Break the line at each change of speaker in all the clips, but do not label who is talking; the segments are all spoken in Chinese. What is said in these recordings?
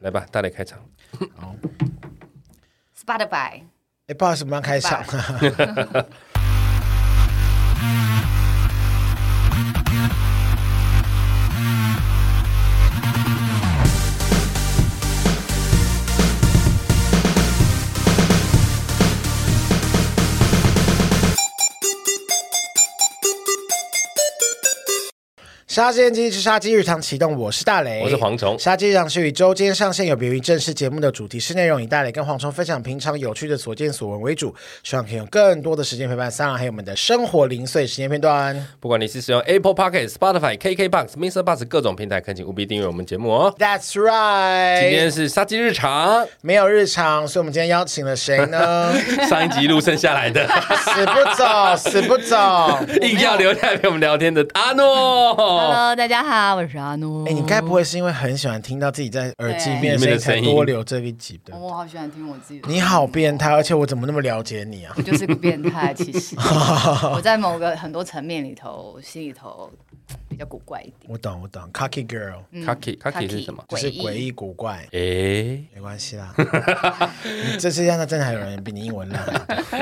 来吧，大磊开场。
Spotify，
哎，不好意思，我们要开场啊。 杀鸡机之杀鸡日常启动，我是大雷，
我是蝗虫
杀鸡日常是与周间上线有别于正式节目的主题式内容，以大雷跟蝗虫分享平常有趣的所见所闻为主，希望可以有更多的时间陪伴三郎，还有我们的生活零碎时间片段。
不管你是使用 Apple p o c k e t Spotify、KKBox、Mr. Bus 各种平台，恳请务必订阅我们节目哦。
That's right，
今天是杀鸡日常，
没有日常，所以我们今天邀请了谁呢？
上一集录剩下来 的，
死不走，死不 走。
硬要留下来陪我们聊天的阿诺。
Hello，大家好，我是阿诺。
哎、你该不会是因为很喜欢听到自己在耳机里面的
对
声音，才多留这一集的？
我好喜欢听我自己的，
你好变态，而且我怎么那么了解你啊？
我就是个变态。其 实我在某个很多层面里头，心里头比较古怪一点。
我懂，我懂，cocky girl，
Kaki Kaki 是什么？
就是诡
诡异。
异古怪，
诶
没关系啦。你这世界上真的还有人比你英文 烂，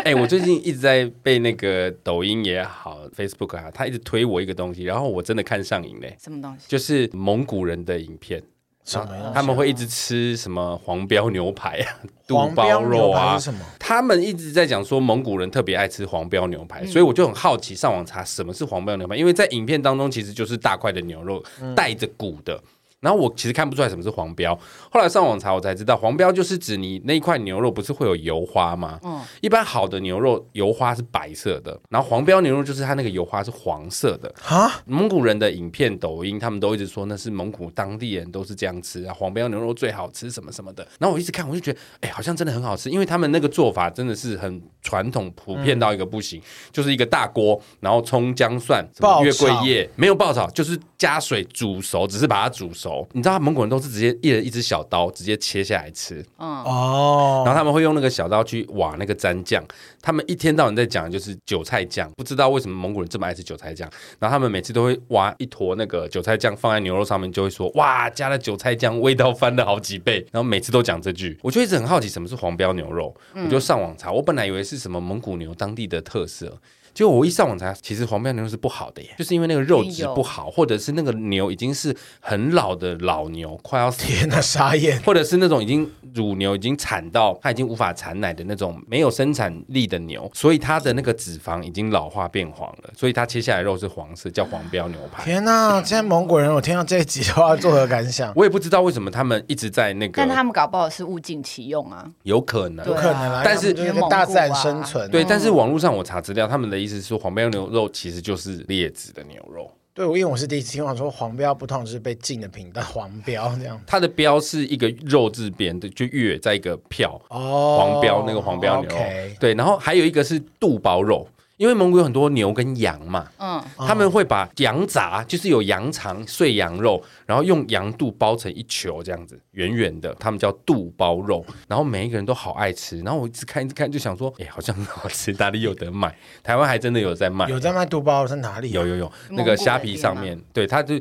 哎，我最近一直在被那个抖音也好，Facebook 啊，他一直推我一个东西，然后我真的看上瘾嘞，
什么东西？
就是蒙古人的影片。
什么呀？
他们会一直吃什么黄标牛排啊、肚
黄
包
标
肉
牛排
啊
是什么？
他们一直在讲说蒙古人特别爱吃黄标牛排，所以我就很好奇上网查什么是黄标牛排，因为在影片当中其实就是大块的牛肉带着骨的。然后我其实看不出来什么是黄标，后来上网查我才知道，黄标就是指你那一块牛肉不是会有油花吗？
嗯
一般好的牛肉油花是白色的，然后黄标牛肉就是它那个油花是黄色的。
啊，
蒙古人的影片、抖音，他们都一直说那是蒙古当地人都是这样吃啊，黄标牛肉最好吃什么什么的。然后我一直看，我就觉得，哎、好像真的很好吃，因为他们那个做法真的是很传统、普遍到一个不行，就是一个大锅，然后葱姜蒜、什么
爆
月桂
炒
叶，没有爆炒，就是加水煮熟，只是把它煮熟。你知道蒙古人都是直接一人一只小刀，直接切下来吃。
嗯，
哦，
然后他们会用那个小刀去挖那个蘸酱。他们一天到晚在讲的就是韭菜酱，不知道为什么蒙古人这么爱吃韭菜酱。然后他们每次都会挖一坨那个韭菜酱放在牛肉上面，就会说哇，加了韭菜酱，味道翻了好几倍。然后每次都讲这句，我就一直很好奇什么是黄标牛肉，我就上网查。我本来以为是什么蒙古牛当地的特色。结果我一上网查，其实黄标牛肉是不好的耶，就是因为那个肉质不好，或者是那个牛已经是很老的老牛，快要死
天哪，傻眼，
或者是那种已经乳牛已经产到它已经无法产奶的那种没有生产力的牛，所以它的那个脂肪已经老化变黄了，所以它切下来肉是黄色，叫黄标牛排。
天哪！现在蒙古人，我听到这一集的话，作何感 想？
我也不知道为什么他们一直在那个
但，他们搞不好是物尽其用啊。
有可能
对
不可能啦，
但是
他们就是跟大自然生存。
对，但是网络上我查资料，他们的意思是说黄标牛肉其实就是劣质的牛肉。
对，我因为我是第一次听网说黄标，不通常是被禁的频道，黄标这样。
它的标是一个肉字边的，就月在一个票，
哦
黄标那个黄标牛肉
OK，
对，然后还有一个是肚包肉，因为蒙古有很多牛跟羊嘛，
嗯，
他们会把羊杂，就是有羊肠、碎羊肉，然后用羊肚包成一球这样子，圆圆的，他们叫肚包肉。然后每一个人都好爱吃，然后我一直看一直看，就想说，哎、好像很好吃，哪里有得买？ 台湾还真的有在卖，
有在卖肚包在哪里？啊
有有有，
蒙古
那个虾皮上面，对，它就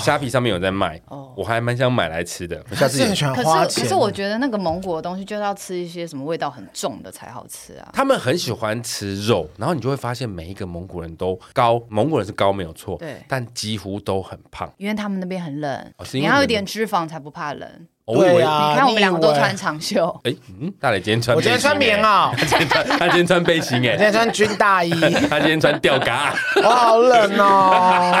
虾皮上面有在卖，
哦
我还蛮想买来吃的。下
他
次
是
有
很喜欢
可
花
是
钱。
可是我觉得那个蒙古的东西就是要吃一些什么味道很重的才好吃啊。
他们很喜欢吃肉，然后你就会发现每一个蒙古人都高，蒙古人是高没有错，
对
但几乎都很胖。
因为他们那边很冷，
哦是因
你
为
要有
冷
点脂肪才不怕冷。
哦我以为
对啊
你看我们两个都
你以为
穿长袖，
哎、嗯，大磊今天穿
我今
背
天
心
穿
欸
棉袄，
他今天穿他今天穿背心哎、
我今天穿军 大衣，
他今天穿吊嘎，
我好冷哦，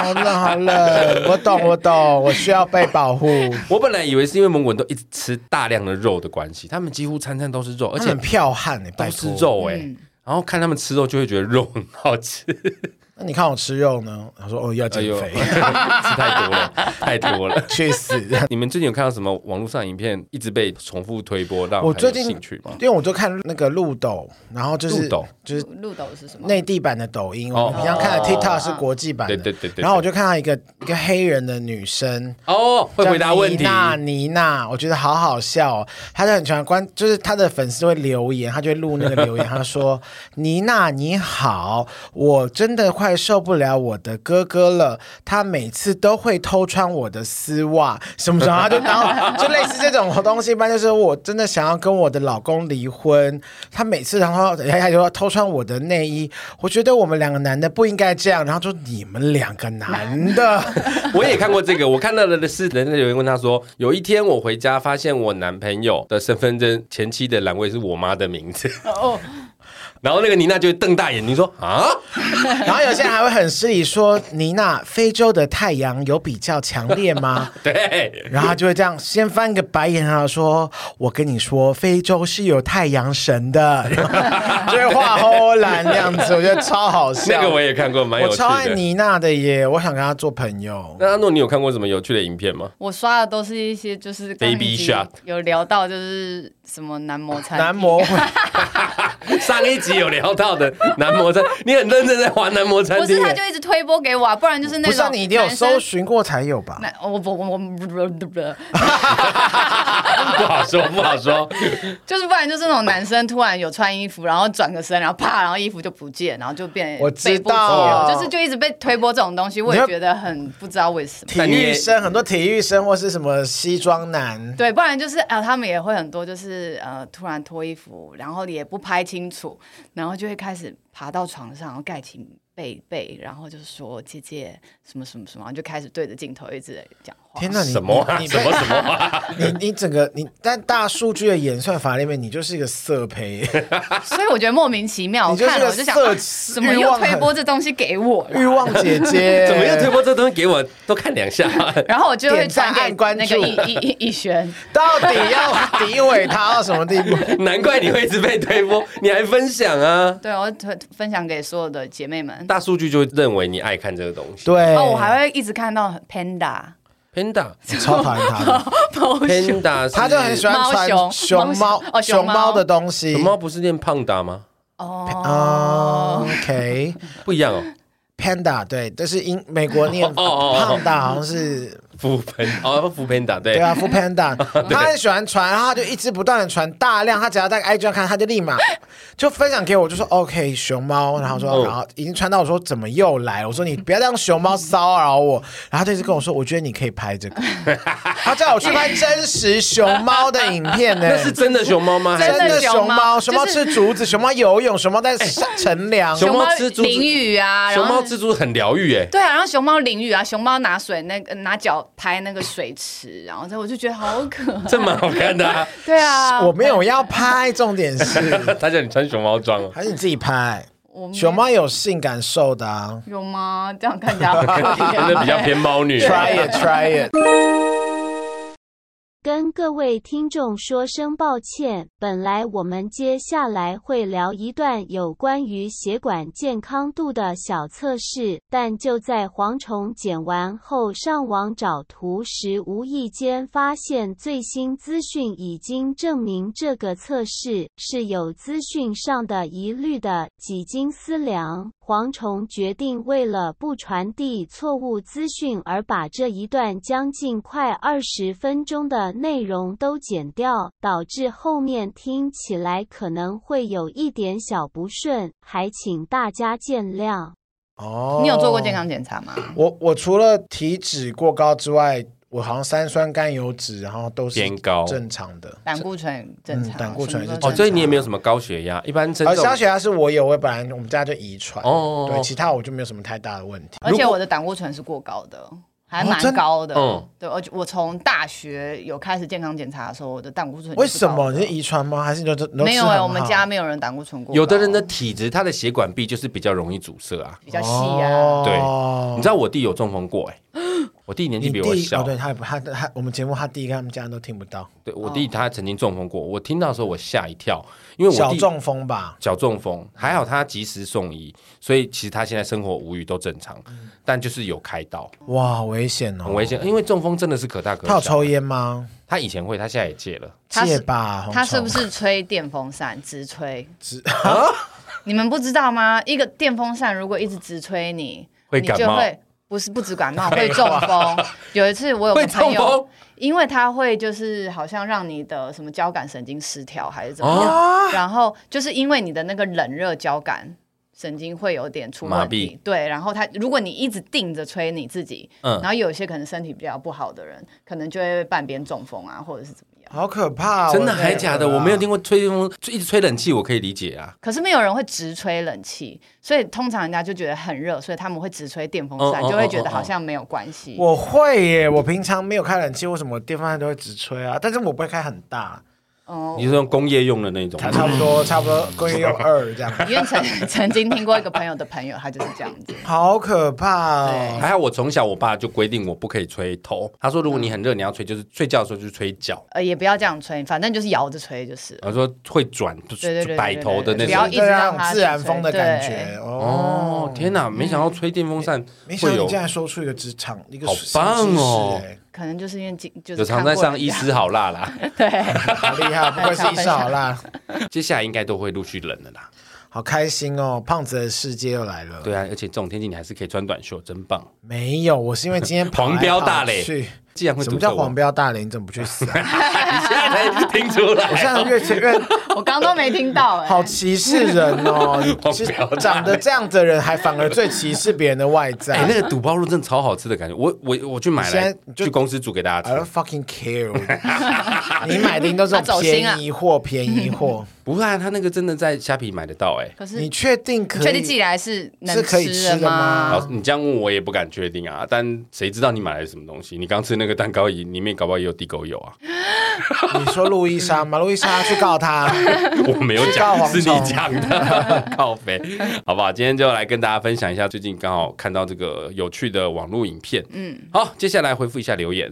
好冷好冷。我懂我懂，我需要被保护。
我本来以为是因为蒙古人都一直吃大量的肉的关系，他们几乎餐餐都是肉，而
而
且
很剽悍哎，
都
拜
是
托。
肉哎、然后看他们吃肉，就会觉得肉很好吃。
那你看我吃肉呢？他说哦要
哎
减肥，
吃太多了， 太多了。
去死！
你们最近有看到什么网络上影片一直被重复推播，让
我
很有
最近
兴趣吗
因？为我就看那个鹿斗，然后就
鹿
是
斗
就是
鹿斗是什么？
内地版的抖音，
哦
我们平常看的
哦
TikTok 是国际版的，
对对对对对
然后我就看到一个一个黑人的女生。
哦，会回答问题
叫。妮娜，妮娜，我觉得好好笑哦。她就很喜欢关，就是她的粉丝会 留言，她就会录那个留言，她说：“妮娜你好，我真的快快受不了我的哥哥了，他每次都会偷穿我的丝袜，什么什么，他就然后就类似这种东西，一般就是我真的想要跟我的老公离婚，他每次然后人家就要偷穿我的内衣，我觉得我们两个男的不应该这样，然后就你们两个男的，
我也看过这个，我看到的是人家有人问他说，有一天我回家发现我男朋友的身份证前妻的栏位是我妈的名字，
哦，
然后那个妮娜就会瞪大眼睛说啊，
然后有些人还会很失礼说，妮娜，非洲的太阳有比较强烈吗？
对，
然后他就会这样先翻个白眼，然后说：“我跟你说，非洲是有太阳神的。” 然后就是画欧蓝那样子，我觉得超好笑。
那个我也看过，蛮有
我
趣
超爱
的。
妮娜的耶，我想跟她做朋 友。
那阿诺，你有看过什么有趣的影片 吗？
我刷的都是一些就是刚
Baby
已经
Shark
有聊到就是什么男模产品
男模 会，
上一集有聊到的男模餐，你很认真在玩男模餐
不
厅
是他
耶，
就一直推播给我、啊，不然就是那
不
种
是啊你一定有
男生
搜。寻过才有吧？
那哦我不我我我，
不好说， 不好说。
就是不然就是那种男生突然有穿衣服，然后转个身，然后啪，然后衣服就不见，然后就变
我知
被迫
道
自由就是就一直被推播这种东西，我
你
也
要
觉得很不知道为什么。
体育生很多体育生或是什么西装男，
对，不然就是啊、呃他们也会很多，就是呃，突然脱衣服，然后也不拍清楚，然后就会开始爬到床上，然后盖起被被，然后就是说姐姐什么什么什么，然后就开始对着镜头一直讲话。
天哪，你
什么啊？
你你
什么什么 啊？
你你整个你在大数据的演算法里面，你就是一个色胚，
所以我觉得莫名其妙，我
你就是
看
个
了我就想，
色
啊怎么
欲
又
望
推
很
播这东西给我
欲
了？
望姐 姐，
怎么又推播这东西给我？多看两 下。
然后我就会传
点
给
赞关
那个
注
逸逸逸逸轩，
到底要诋毁他到什么地步？
难怪你会一直被推播，你还分享啊？
对我推分享给所有的姐妹们。
大数据就会认为你爱看这个东西。
对，
哦，我还会一直看到 Panda
Panda
超讨厌他 的，
猫熊
Panda，是
他就很喜欢
猫
穿
熊
熊
猫
猫
熊哦熊
熊
猫
猫的东西
熊。猫不是念胖达吗？
哦
哦。OK。
不一样 哦，
Panda 对，但是英美国念
哦哦哦
胖达好像是
福 Panda 哦，福 Panda 对
对。啊，副 Panda，他很喜欢传，然后他就一直不断的传大量，他 只要在 IG 上看，他就立马就分享给我，就说 OK 熊猫，然后
嗯
说然后已经传到我说怎么又来，我说你不要让熊猫骚扰我，然后他就一直跟我说，我觉得你可以拍这个， 他叫我去拍真实熊猫的影片呢，
那是真的熊猫吗？还
真
是
的
真的
熊
熊
猫
猫，熊猫
就是
吃竹子，熊猫游泳，熊猫在乘凉。
熊猫吃竹子
淋雨啊，
熊猫
然后
蜘蛛很疗愈哎。
对啊，然后熊猫淋雨啊，熊猫拿水那个拿脚拍那个水池，然后这我就觉得好可爱。
这蛮好看的、啊，
对啊，
我没有要拍，重点 是
他叫你穿熊猫 装哦。
还是你自己拍。
我没有
熊猫有性感受 的啊
有吗？这样看起来 好可
真的
怜，
比较偏猫女，
啊
，try it try it。
跟各位听众说声抱歉，本来我们接下来会聊一段有关于血管健康度的小测试，但就在蝗虫剪完后上网找图时，无意间发现最新资讯已经证明这个测试是有资讯上的疑虑的。几经思量，蝗虫决定为了不传递错误资讯而把这一段将近快二十分钟的内容都剪掉，导致后面听起来可能会有一点小不顺，还请大家见谅。
哦
你有做过健？康检查吗？
我我除了体脂过高之外，我好像三酸甘油脂，然后都是
偏高
正常的。
胆固醇正常，
嗯胆固醇也是
什么
哦，
都正常
所以你也没有什么高血压，一般真
而
的
高血压啊是我有，我本来我们家就遗传，
哦
对，其他我就没有什么太大的问题。
而
如
且
果
我的胆固醇是过高的，还
哦
蛮
真
高的。
嗯
对，而且我从大学有开始健康检查的时候，我的胆固醇
为
就是
什
高
么？
的
你是遗传吗？还是你都
没有哎、
哎，
我们家没有人胆固醇过高，
有的人的体质，他的血管壁就是比较容易阻塞啊。
比较细啊。
对
哦
你知道我弟有中风过哎、我弟年纪
你
比
弟
我小，
哦、对他也不他他我们节目他弟跟他们家人都听不到，
对我弟他曾经中风过，我听到的时候我吓一跳，因为我
小
弟
中风吧。
小中风，还好他及时送医，所以其实他现在生活无虞都正常，
嗯
但就是有开刀，
哇，好危险哦，
很危。险，哦因为中风真的是可大可小。
他有抽，烟吗？
他以前会，他现在也戒了。
他是
戒吧，红
他是不
虫？
是吹电风扇直吹？直你们不知道吗？一个电风扇如果一直直吹你，
会感冒
你就会不是不止感冒，会中风。有一次我有个
会哦中
朋友
风，
因为它会就是好像让你的什么
哦
交感神经失调还是怎么样，然后就是因为你的那个冷热交感。神经会有点出
麻
问
痹
题。对，然后他如果你一直定着吹你自己，
嗯
然后有一些可能身体比较不好的人，可能就会半边中风啊，或者是怎么样。
好可怕、哦！
真的还假的？啊我没有听
过。
过吹风，一直吹冷气，我可以理解啊。
可是没有人会直吹冷气，所以通常人家就觉得很热，所以他们会直吹电风扇，
嗯
哦哦
就会
哦
觉得
哦
好像没有关系。
我会耶，我平常没有开冷气，为什么电风扇都会直吹啊？但是我不会开很大，
嗯
哦
你是用工业用的那 种，
差不多差不多公用二 这样。
因为曾 曾经听过一个朋友的朋友，他就是这样子。
好可怕哦！
还好我从小我爸就规定我不可以吹头，他说如果你很热，你要吹就是睡觉的时候就吹脚，
呃，也不要这样吹，反正就是摇着吹就是了。
他说会转就
对对对对
就摆头的那
对
就是
不要
种。
一直
对
让
啊
它
自然风的感觉
对
哦
哦，。
天哪，没想到吹电风扇
没想
会
到
有
你竟然说出一个职场一个
好棒哦
新知识耶
可能就是因为经就是
有常
看过
在上
人
医
家
师好辣 啦，
哎好厉 害，不愧是一手好啦，
接下来应该都会陆续冷了啦。
好开心哦！胖子的世界又来了。
对啊，而且这种天气你还是可以穿短袖，真棒。
没有，我是因为今天跑来
黄标大
跑
嘞
去
既然会
什
堵
么
着
叫
我，
黄标大嘞？你怎么不去死 啊？
你现在才听出
我
来
现在越学越
我刚刚都没听到、哎，
好歧视人 哦！
黄
其实
标大嘞
长得这样的人，还反而最歧视别人的外
哎、
在。
那个肚包肉真的超好吃的感觉，我我我去买
嗯你现
来
在就
去公司煮给大
I
家
don't
吃。
fucking care。你买的都是这种便宜货，便宜货，
不是啊，他那个真的在虾皮买得到哎、
可是
你确定可以？
啊确定寄来是能
是可以吃的
的
吗
老师，你这样问我也不敢确定啊，但谁知道你买来什么东西？你刚吃那个蛋糕里里面搞不好也有地沟 油啊！
你说路易 莎吗？路易莎去告他。
我没有
告
讲，
蝗
是
虫
你讲的， 靠肥，好不好？今天就来跟大家分享一下，最近刚好看到这个有趣的网络影片。嗯，好，接下来回复一下留言。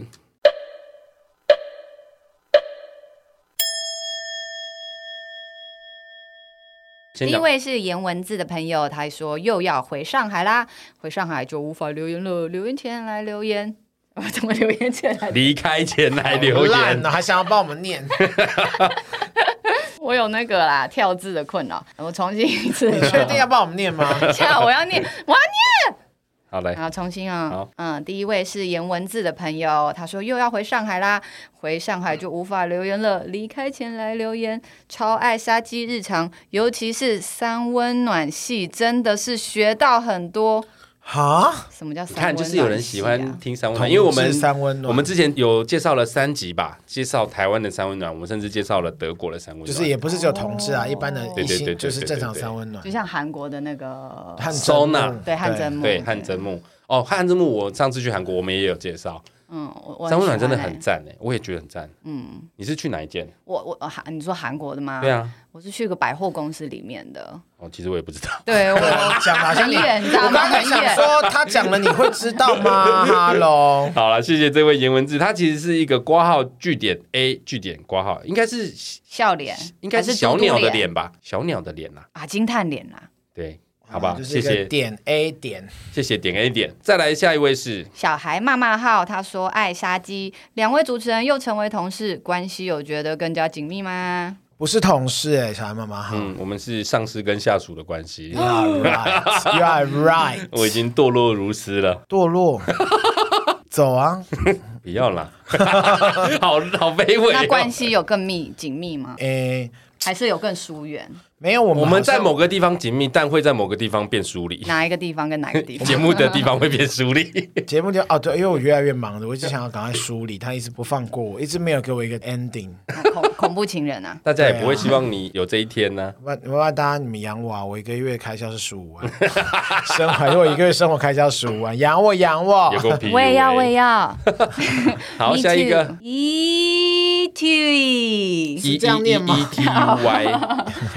先
第一
讲
位是颜文字的朋友，他说又要回上海啦，回上海就无法留言了，留言前来留言， 我怎么留言前 来？
离开前来留言
烂啊哦了，还想要帮我们念？
我有那个啦跳字的困扰，我重新 一次，
你确定要帮我们念吗？
下我要念，我要念。
好来，
好，重新啊、
好
嗯，第一位是颜文字的朋友，他说又要回上海啦，回上海就无法留言了，离开前来留言，超爱杀鸡日常，尤其是三温暖系，真的是学到很多。
哈，
什么叫
你看，
三温暖系、啊？
就是有人喜欢听三温暖，因为我们
同志三温暖
我们之前有介绍了三集吧，介绍台湾的三温暖，我们甚至介绍了德国的三温暖，
就是也不是只有同志啊，一般的
对
对
异
对对
性就是正常三温暖
就。像韩国的那个
汗蒸
收纳
木
对汗蒸木，
对汗蒸木哦，汗蒸木，我上次去韩国我们也有介绍，
嗯，我我
三温暖
喜
真
欢
的
欸
很赞哎，我也觉得很赞。
嗯，
你是去哪一间？
我我我韩你说韩国的吗？
对，啊，
我是去一个百货公司里面的，
哦，其实我也不知道，
对我
讲好像
很
你
远，你知道
我
吗？
刚才
很
想
远。
说，他讲了你会知道 吗？Hello，
好了，谢谢这位颜文字，他其实是一个挂号据点 A 据点挂号，应该是
笑脸，
应该
还是
小
嘟嘟
鸟的脸吧，小鸟的脸啦，
啊，惊叹脸啦。
对，好吧，
啊就是
谢
一个
谢
点 A 点，
谢谢点 A 点，再来下一位是
小孩骂骂号，他说爱杀鸡，两位主持人又成为同事，关系有觉得更加紧密吗？
不是同事哎，小孩妈妈好。
嗯，我们是上司跟下属的关系
You，are right, you are right。
我已经堕落如斯了，
堕落，走啊！
不要啦， 好好卑微、哦。
那关系有更密紧密吗？
诶，
还是有更疏远？
没有，我们
我
我
们在某个地方紧密，但会在某个地方变疏离。
哪一个地方跟哪个地方？
节目的地方会变疏离，
节目就哦，对，因为我越来越忙了，我一直想要赶快梳理，他一直不放过我，一直没有给我一个 ending。
恐恐怖情 人啊！
大家也不会希望你有这一天啊呢、
万万大家你们养我啊，我一个月开销是 十五万，生活我一个月生活开销十五万，养我养我
有。个 P，
啊我也要，我也要。
好，
Me
下一个
too E T U，
E
这样念吗
E T U Y，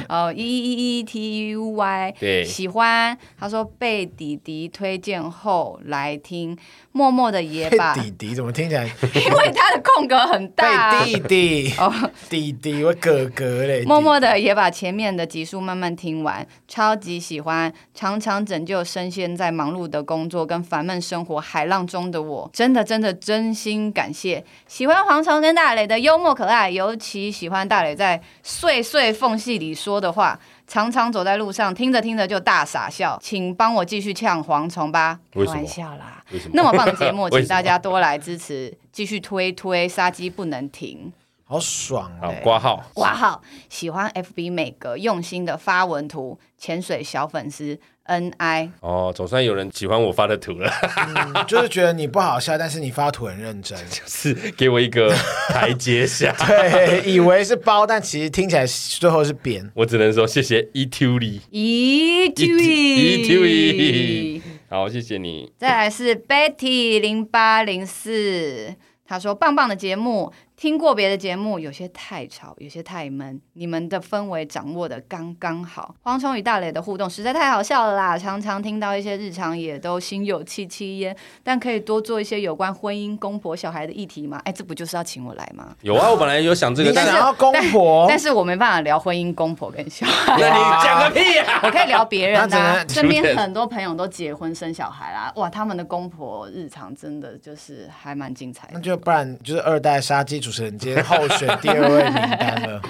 哦 E E E T U Y，
对
喜欢。他说被弟弟推荐后来听，默默的也
被
把，
弟弟怎么听起来？
因为他的空格很大啊。
被弟弟
哦，
弟弟，我哥哥嘞。
默默的也把前面的集数慢慢听完，超级喜欢，常常拯救深陷在忙碌的工作跟烦闷生活海浪中的我，真的真的真心感谢。喜欢蝗虫跟大磊的幽默可爱，尤其喜欢大磊在碎碎缝隙里说的话，常常走在路上听着听着就大傻笑。请帮我继续呛蝗虫吧，开
为什么
玩笑啦。
为什么？
那么棒的节目，
为什么
请大家多来支持，继续推推杀鸡不能停。
好爽
好
哦！
挂号，
挂号喜欢 FB 每个用心的发文图，潜水小粉丝 NI
哦，总算有人喜欢我发的图了，
嗯就是觉得你不好笑，但是你发图很认真。
是给我一个台阶下。
对，以为是包，但其实听起来最后是扁。
我只能说谢谢 E t u l i
咦 E t
Etui 好，谢谢你。
再来是 Betty 零八零四，她说棒棒的节目，听过别的节目，有些太吵，有些太闷，你们的氛围掌握的刚刚好。黄虫与大磊的互动实在太好笑了啦，常常听到一些日常也都心有戚戚焉，但可以多做一些有关婚姻、公婆、小孩的议题吗？哎，这不就是要请我来吗？
有啊，我本来有想这个，
你
但
想
是
要公婆，
但是我没办法聊婚姻、公婆跟小孩。
那你讲个屁啊！
我可以聊别人的、
那
啊，
只
身边很多朋友都结婚生小孩啦，哇，他们的公婆日常真的就是还蛮精彩
那
的。
就不然就是二代杀鸡主持人今天候选第二位名单 了。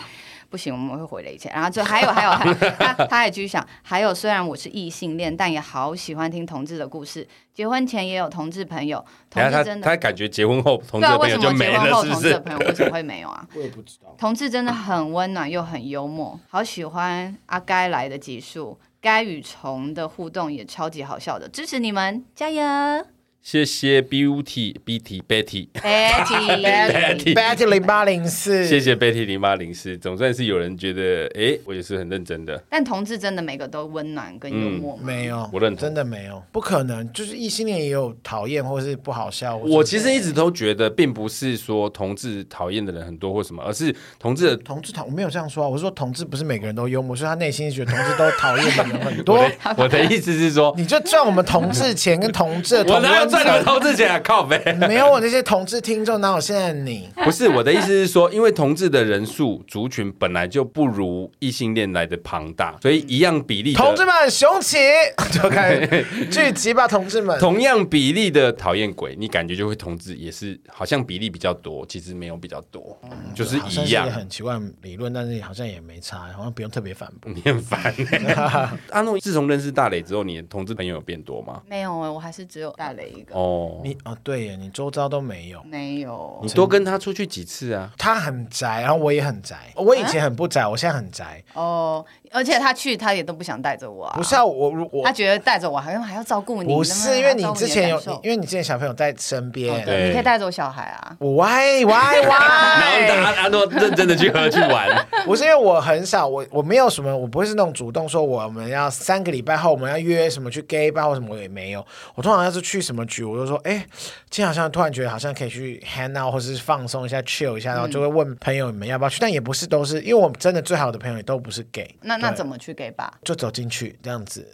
不行，我们会回了一切。然后就还有还有还有 他他还继续想，还有虽然我是异性恋，但也好喜欢听同志的故事。结婚前也有同志朋友，同
等一
志
下
真
他
的
他感觉结婚后同
对
志
啊，
的朋
为
友
什
就
么
没
结婚
了，
后
是不
同志
是
的？朋友为什么会没有啊？
我也不知道，
同志真的很温暖又很幽默，好喜欢阿该来的集数，该与虫的互动也超级好笑的，支持你们，加油！
谢谢 Beauty Betty Betty，
Betty，
Betty 零八零四，
谢谢 Betty 零八零四，总算是有人觉得，哎，我也是很认真的。
但同志真的每个都温暖跟幽默吗？
嗯没有，
我认同
真的没有，不可能，就是异性恋也有讨厌或是不好笑。
我其实一直都觉得，并不是说同志讨厌的人很多或什么，而是同志的。
同志讨，我没有这样说啊，我是说同志不是每个人都幽默，所以他内心觉得同志都讨厌的人很多
我。的我的意思是 说，
你就赚我们同志钱跟同志的同
我哪有
温
赚你们
层，
同志钱啊？靠呗！
没有我那些同志听众，哪有现在的你？
不是我的意思是说，因为同志的人数族群本来就不如异性恋来的庞大，所以一样比例的
同志们雄起，就开 始聚集吧，同志们。
同样比例的讨厌鬼，你感觉就会同志也是好像比例比较多，其实没有比较多，就是
好像
一
啊是一
样
个。很奇怪的理论，但是好像也没差，好像不用特别反 驳。
你很烦、 欸。阿诺，自从认识大磊之后，你的同志朋友有变多吗？
没有哎、我还是只有带了一个，
哦，
你哦，对耶，你周遭都没有。
没有
你。多跟他出去几次 啊？
他很宅，然后我也很宅。我以前很不宅，我现在很宅。
哦，而且他去他也都不想带着我啊，
不是啊，我如我
他觉得带着我好像还要照顾你，
不
那么
是因为你
还要照顾
之前有
的感，受
因为你之前小朋友在身边。
对
你可以带着我小孩啊。
我歪歪
然
歪，
后阿阿诺认真的去喝去玩，
不是因为我很少，我我没有什么，我不会是那种主动说我们要三个礼拜后我们要约什么去 gay 吧或什么，我也没有。我通常要是去什么局，我就说，哎、今天好像突然觉得好像可以去 hang out 或是放松一下 chill 一下，然后就会问朋友你们要不要去，但也不是都是，因为我真的最好的朋友也都不是 gay，
那那
对
怎么去给吧？
就走进去这样子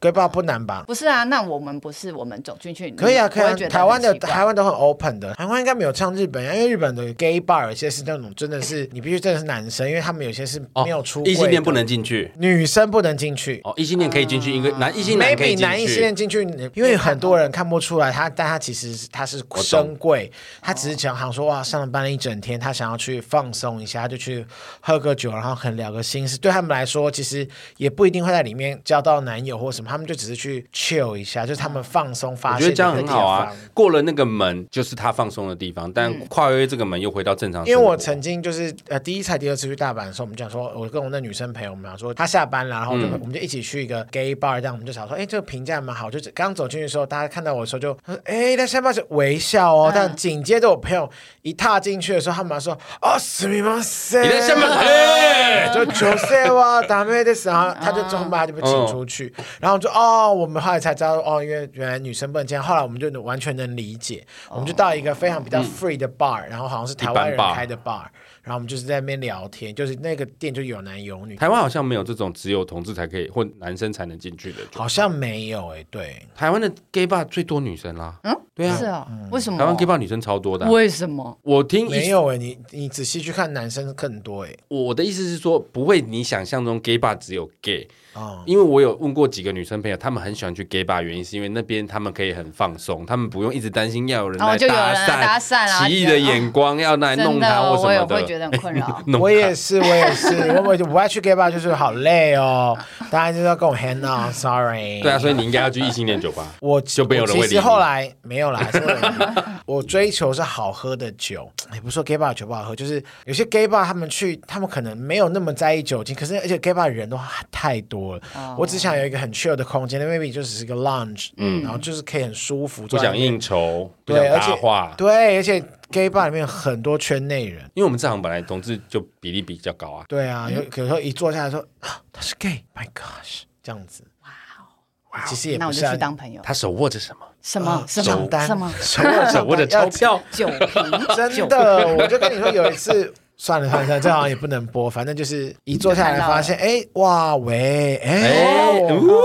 ，gay 吧不难吧？
不是啊，那我们不是我们走进去，
可以啊，
你
可
嗯不
以啊
会觉。得
台湾的
很奇怪
台湾都很 open 的，台湾应该没有像日本一样，因为日本的 gay bar 有些是那种真的是你必须真的是男生，因为他们有些是 没有出
哦
柜
异
的
性恋不，能进去。
女生不能进去。
哦，异性恋可以进去，一个男异性恋可以
啊 maybe
进
男异性
去
恋。进去，因为很多人看不出来他，但他其实是他是
懂
深贵，他只是想想说哇，上了班了一整天，他想要去放松一下，他就去喝个酒，然后可能聊个心事。对他们来说，其实也不一定会在里面交到男友或什么，他们就只是去 chill 一下，就是他们放松
我
发
觉
泄的
得
一
这样
个
很
地
好啊
方。，
过了那个门就是他放松的地方，但跨越这个门又回到正常生活。
嗯因为我曾经就是呃第一次、第二次去大阪的时候，我们讲说，我跟我那女生朋友，我们讲说她下班了，然后我
嗯
就、我们就一起去一个 gay bar，这样我们就想说，哎，这个评价蛮好，就是刚走进去的时候，大家看到我的时候就，她说哎，那下班是微笑哦，但紧接着我朋友一踏进去的时候，他马上说，哦，すみません，
你在下 面，哎
就九岁哇，达妹的时候，他就从把他就被请出去，然后就哦，我们后来才知道哦，因为原来女生不能这样，后来我们就完全能理解，我们就到一个非常比较 free 的 bar，、然后好像是台湾人
一般 bar
开的 bar，然后我们就是在那边聊天，就是那个店就有男有女，
台湾好像没有这种只有同志才可以或男生才能进去的。
好像没有哎、对，
台湾的 gay bar 最多女生啦，
嗯，
对啊
是，啊，为什么？
台湾 gay bar 女生超多的啊。
为什么？
我听
没
一
有哎、你你仔细去看，男生更多哎、
我的意思是说，不会你想象中 gay bar 只有 gay，
哦，
因为我有问过几个女生朋友，她们很喜欢去 gay bar，原因是因为那边她们可以很放松，她们不用一直担心要有人
哦
来
就有人
搭
来搭
讪、
讪啊
奇异的眼光要来弄
真的
她或，
我也
什么
会
的。
觉得很困扰。
弄
我也
她
是，我也是，我我我爱去 gay bar 就是好累哦，大家就是要跟我 hang out，sorry。。
对啊，所以你应该要去异性恋酒吧
我
就没有人会
我
理
其
你
实 后来没有啦，还是会有人理我追求是好喝的酒，也不是说 gay bar 酒不好喝，就是有些 gay bar 他们去，他们可能没有那么在意酒精，可是而且 gay bar 人都太多了。
哦
我只想有一个很 chill 的空间那，maybe 就只是个 lounge，嗯，然后就是可以很舒服，
不
坐在
想
那边
应酬，不想
对，而
搭
且
话。
对，而且 gay bar 里面有很多圈内人，
因为我们这行本来同志就比例比较高啊，
对啊，有有时候一坐下来说 啊他是 gay，my gosh，这样子，哇哦，其实也
那
不
我
是
就
啊
去当朋友。
他手握着什么？
什么什
手
么
单
什么
手握
手握着钞
要
票，
酒 瓶？
真
酒
的，我就跟你说，有一次， 算了算了算了，这好像也不能播，反正就是一 坐下来发现，哎，哇喂，哎
哎，
哦，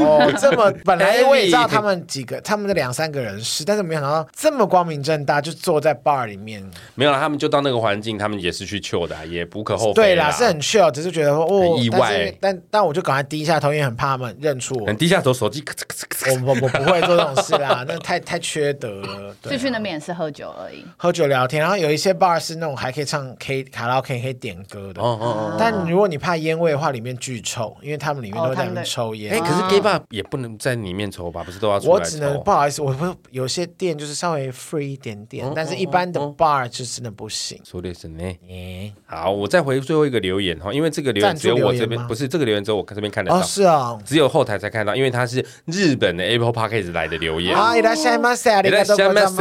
哦这么 本来我也知道他们几个，他们的两三个人是，但是没想到这么光明正大就坐在 bar 里面，
没有啦，他们就到那个环境，他们也是去 chill 的啊、也无可厚非
对啦，是很 chill，只是觉得说哦，
很意
但是
外
但但我就赶快低下头，因为很怕他们认出我
很。低下头，手机咔嚓咔嚓咔嚓
我我我不会做这种事啦， 那太太缺德了。对啊
就去那边也是喝酒而已。
喝酒聊天，然后有一些 bar 是那种还可以唱 K 卡拉 OK 可以点歌的。
哦哦哦。
但如果你怕烟味的话，里面巨臭，因为他们里面
哦
都
他
在那
们
边
的
抽烟。
哎、可是 gay bar 也不能在里面抽吧？不是都要出来
我
抽？
只能不好意思，我会有些店就是稍微 free 一点点，
嗯
但是一般的 bar 就真的不行。哦
说的是呢。
耶
好，我再回最后一个留言哈，因为这个留言
赞助
只有我
留言
这边
吗，
不是这个留言只有我这边看得到，
哦，是哦。
只有后台才看到，因为它是日本的 Apple Podcast 来的留言。
啊，いらっしゃいませ、あり
いら
が
っ
とう
しゃい
ござい
ま
ます。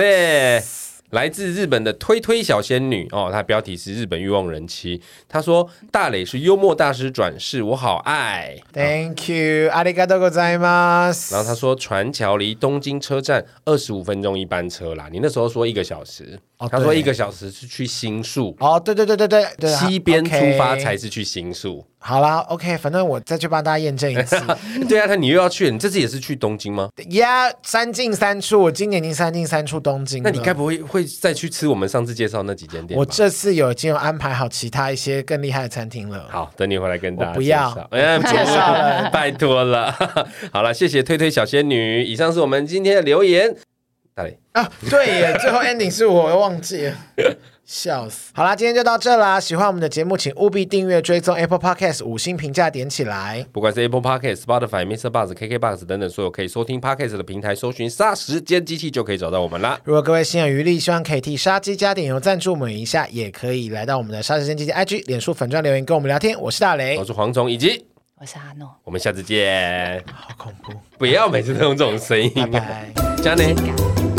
せ。来自日本的推推小仙女哦，她标题是《日本欲望人妻》。她说：“大磊是幽默大师转世，我好爱。
Thank you，ありがとうございま”
然后
す。
她说：“船桥离东京车站二十五分钟一班车啦，你那时候说一个小时，
哦
她说
对
一个小时是去新宿，
哦，对对对对对对，啊
西边出
OK
发才是去新宿。
好啦。OK，反正我再去帮大家验证一次。
对啊，那你又要去，你这次也是去东京
嗯
吗？
呀，三进三出，我今年已经三进三出东京了。
那你该不会会再去吃我们上次介绍那几间店吧？
我这次有已经有安排好其他一些更厉害的餐厅了。
好，等你回来跟大家
我不要
介绍 哎，不
介绍
要，拜托了。 好了，谢谢推推小仙女。以上是我们今天的留言。大磊，
啊，对耶， 最后 ending 是我我忘记了。笑死！好啦，今天就到这啦。喜欢我们的节目，请务必订阅、追踪 Apple Podcast 五星评价点起来。
不管是 Apple Podcast、Spotify、Mr. Buzz、KKBox 等等所有可以收听 Podcast 的平台，搜寻“杀时间机器”就可以找到我们啦。
如果各位心有余力，希望可以替杀鸡加点油赞助我们一下，也可以来到我们的杀时间基金 IG、脸书粉专留言跟我们聊天。我是大雷
我，是蝗虫，以及
我是阿诺，
我们下次见。
好恐怖，
不要每次都用这种声音啊
拜，拜。
加呢。
感恩。